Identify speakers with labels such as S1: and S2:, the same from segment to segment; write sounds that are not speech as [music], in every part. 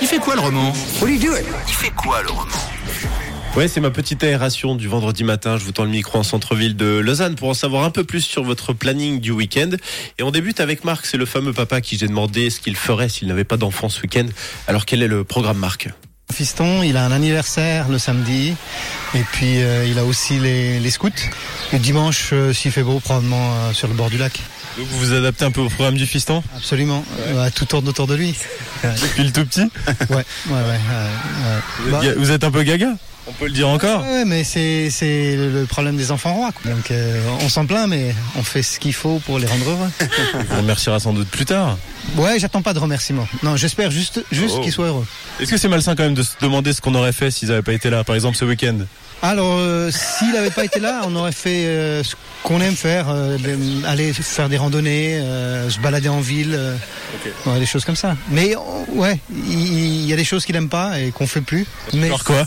S1: Il fait quoi le roman
S2: Ouais, c'est ma petite aération du vendredi matin. Je vous tends le micro en centre-ville de Lausanne pour en savoir un peu plus sur votre planning du week-end. Et on débute avec Marc, c'est le fameux papa qui j'ai demandé ce qu'il ferait s'il n'avait pas d'enfant ce week-end. Alors quel est le programme Marc
S3: Fiston, il a un anniversaire le samedi et puis euh, il a aussi les, les scouts. Le dimanche, euh, s'il fait beau, probablement euh, sur le bord du lac.
S4: Donc vous vous adaptez un peu au programme du fiston
S3: Absolument. Euh, tout tourne autour de lui.
S4: depuis le tout petit
S3: Ouais, ouais, ouais. ouais, ouais. Bah,
S4: Ga- Vous êtes un peu gaga On peut le dire encore
S3: ouais, mais c'est c'est le le problème des enfants rois. quoi. Donc euh, on s'en plaint, mais on fait ce qu'il faut pour les rendre heureux.
S4: On vous remerciera sans doute plus tard.
S3: Ouais, j'attends pas de remerciements. Non, j'espère juste juste
S4: Oh.
S3: qu'ils soient heureux.
S4: Est-ce que c'est malsain quand même de se demander ce qu'on aurait fait s'ils n'avaient pas été là, par exemple ce week-end
S3: Alors, euh, s'il n'avait pas été là, on aurait fait euh, ce qu'on aime faire, euh, les- aller faire des randonnées, euh, se balader en ville, euh, ouais, des choses comme ça. Mais on- ouais, il il y, a des choses qu'il n'aime pas et qu'on fait plus. Mais
S4: Alors quoi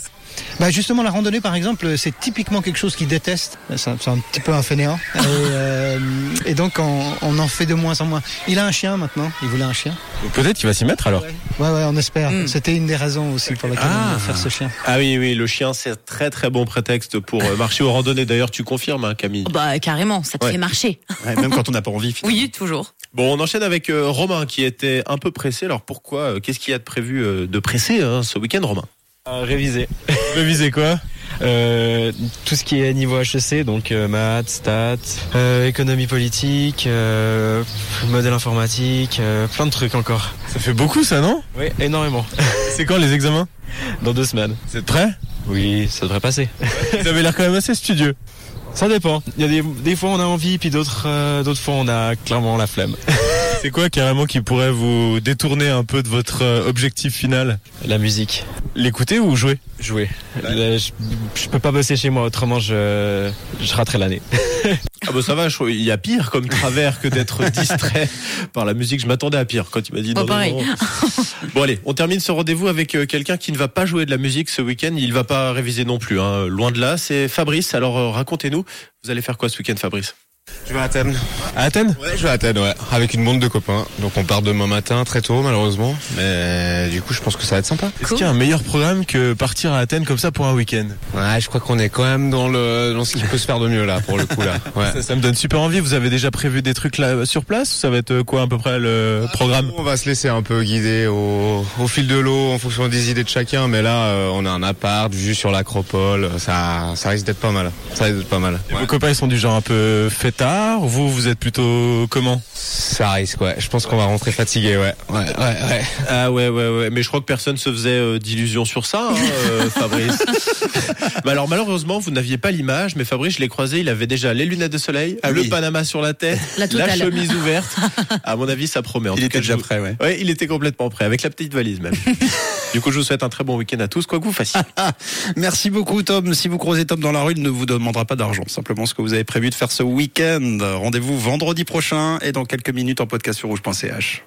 S3: bah justement, la randonnée, par exemple, c'est typiquement quelque chose qu'il déteste. C'est un, c'est un petit peu un fainéant. Et, euh, et donc, on, on en fait de moins en moins. Il a un chien maintenant. Il voulait un chien.
S4: Donc Peut-être qu'il va s'y mettre alors.
S3: Ouais, ouais, on espère. C'était une des raisons aussi pour laquelle on voulait faire ce chien.
S2: Ah oui, oui, le chien, c'est un très très bon prétexte pour euh, marcher aux randonnées. D'ailleurs, tu confirmes, hein, Camille
S5: Oh Bah carrément, ça te
S2: Ouais.
S5: fait marcher.
S2: Même quand on n'a pas envie.
S5: Oui, toujours.
S2: Bon, on enchaîne avec euh, Romain qui était un peu pressé. Alors pourquoi euh, Qu'est-ce qu'il y a de prévu euh, de pressé hein, ce week-end, Romain
S6: Euh,
S4: [laughs]
S6: réviser.
S4: Vous visez quoi
S6: Euh, tout ce qui est niveau HEC, donc euh, maths, stats, euh, économie politique, euh, modèle informatique, euh, plein de trucs encore.
S4: Ça fait beaucoup ça non
S6: Oui, énormément.
S4: C'est quand les examens
S6: Dans deux semaines.
S4: Vous êtes prêts
S6: Oui, ça devrait passer.
S4: Vous avez l'air quand même assez studieux.
S6: Ça dépend. Il y a des, des fois on a envie, puis d'autres euh, d'autres fois on a clairement la flemme.
S4: C'est quoi carrément qui pourrait vous détourner un peu de votre euh, objectif final
S6: La musique,
S4: L'écouter ou jouer
S6: jouer. Là, je, je peux pas bosser chez moi, autrement je, je raterai l'année.
S2: Ah bah ça va, je trouve- il y a pire comme travers
S5: [laughs]
S2: que d'être distrait par la musique. Je m'attendais à pire quand il m'a dit
S5: Oh,
S2: non, non,
S5: pareil.
S2: non. Bon allez, on termine ce rendez-vous avec euh, quelqu'un qui ne va pas jouer de la musique ce week-end. Il va pas réviser non plus, hein. loin de là. C'est Fabrice. Alors euh, racontez-nous, vous allez faire quoi ce week-end, Fabrice
S7: Je vais à Athènes.
S4: À Athènes
S7: Ouais, je vais à Athènes, ouais. Avec une bande de copains. Donc on part demain matin très tôt, malheureusement. Mais du coup, je pense que ça va être sympa.
S4: Est-ce qu'il y a un meilleur programme que partir à Athènes comme ça pour un week-end
S7: Ouais, je crois qu'on est quand même dans le dans ce qui peut se faire de mieux là, pour le coup là. [laughs] Ouais.
S4: Ça, ça me donne super envie. Vous avez déjà prévu des trucs là sur place ou Ça va être euh, quoi à peu près le programme
S7: Ah, On va se laisser un peu guider au, au fil de l'eau en fonction des idées de chacun, mais là euh, on a un appart, vue sur l'acropole, ça ça risque d'être pas mal. Ça risque d'être pas mal.
S4: Vos copains ils sont du genre un peu fêtards. Vous vous êtes plutôt comment
S7: Ça risque ouais. Je pense qu'on va rentrer fatigué, ouais. Ouais, ouais, ouais.
S2: Ah ouais ouais ouais, mais je crois que personne se faisait euh, d'illusions sur ça, hein,
S4: [laughs]
S2: euh, Fabrice. [laughs] bah alors malheureusement, vous n'aviez pas l'image, mais Fabrice, je l'ai croisé, il avait déjà les lunettes de soleil,
S4: Ah
S2: le Panama sur la tête,
S5: La totale. [laughs]
S2: chemise ouverte. À mon avis, ça promet. En tout cas, je vous-
S6: prêt, ouais.
S2: Ouais, il était complètement prêt, avec la petite valise même. du coup, je vous souhaite un très bon week-end à tous, quoi que vous fassiez.
S8: Merci beaucoup Tom. Si vous croisez Tom dans la rue, il ne vous demandera pas d'argent. Simplement ce que vous avez prévu de faire ce week-end. Rendez-vous vendredi prochain et dans quelques minutes en podcast sur rouge.ch.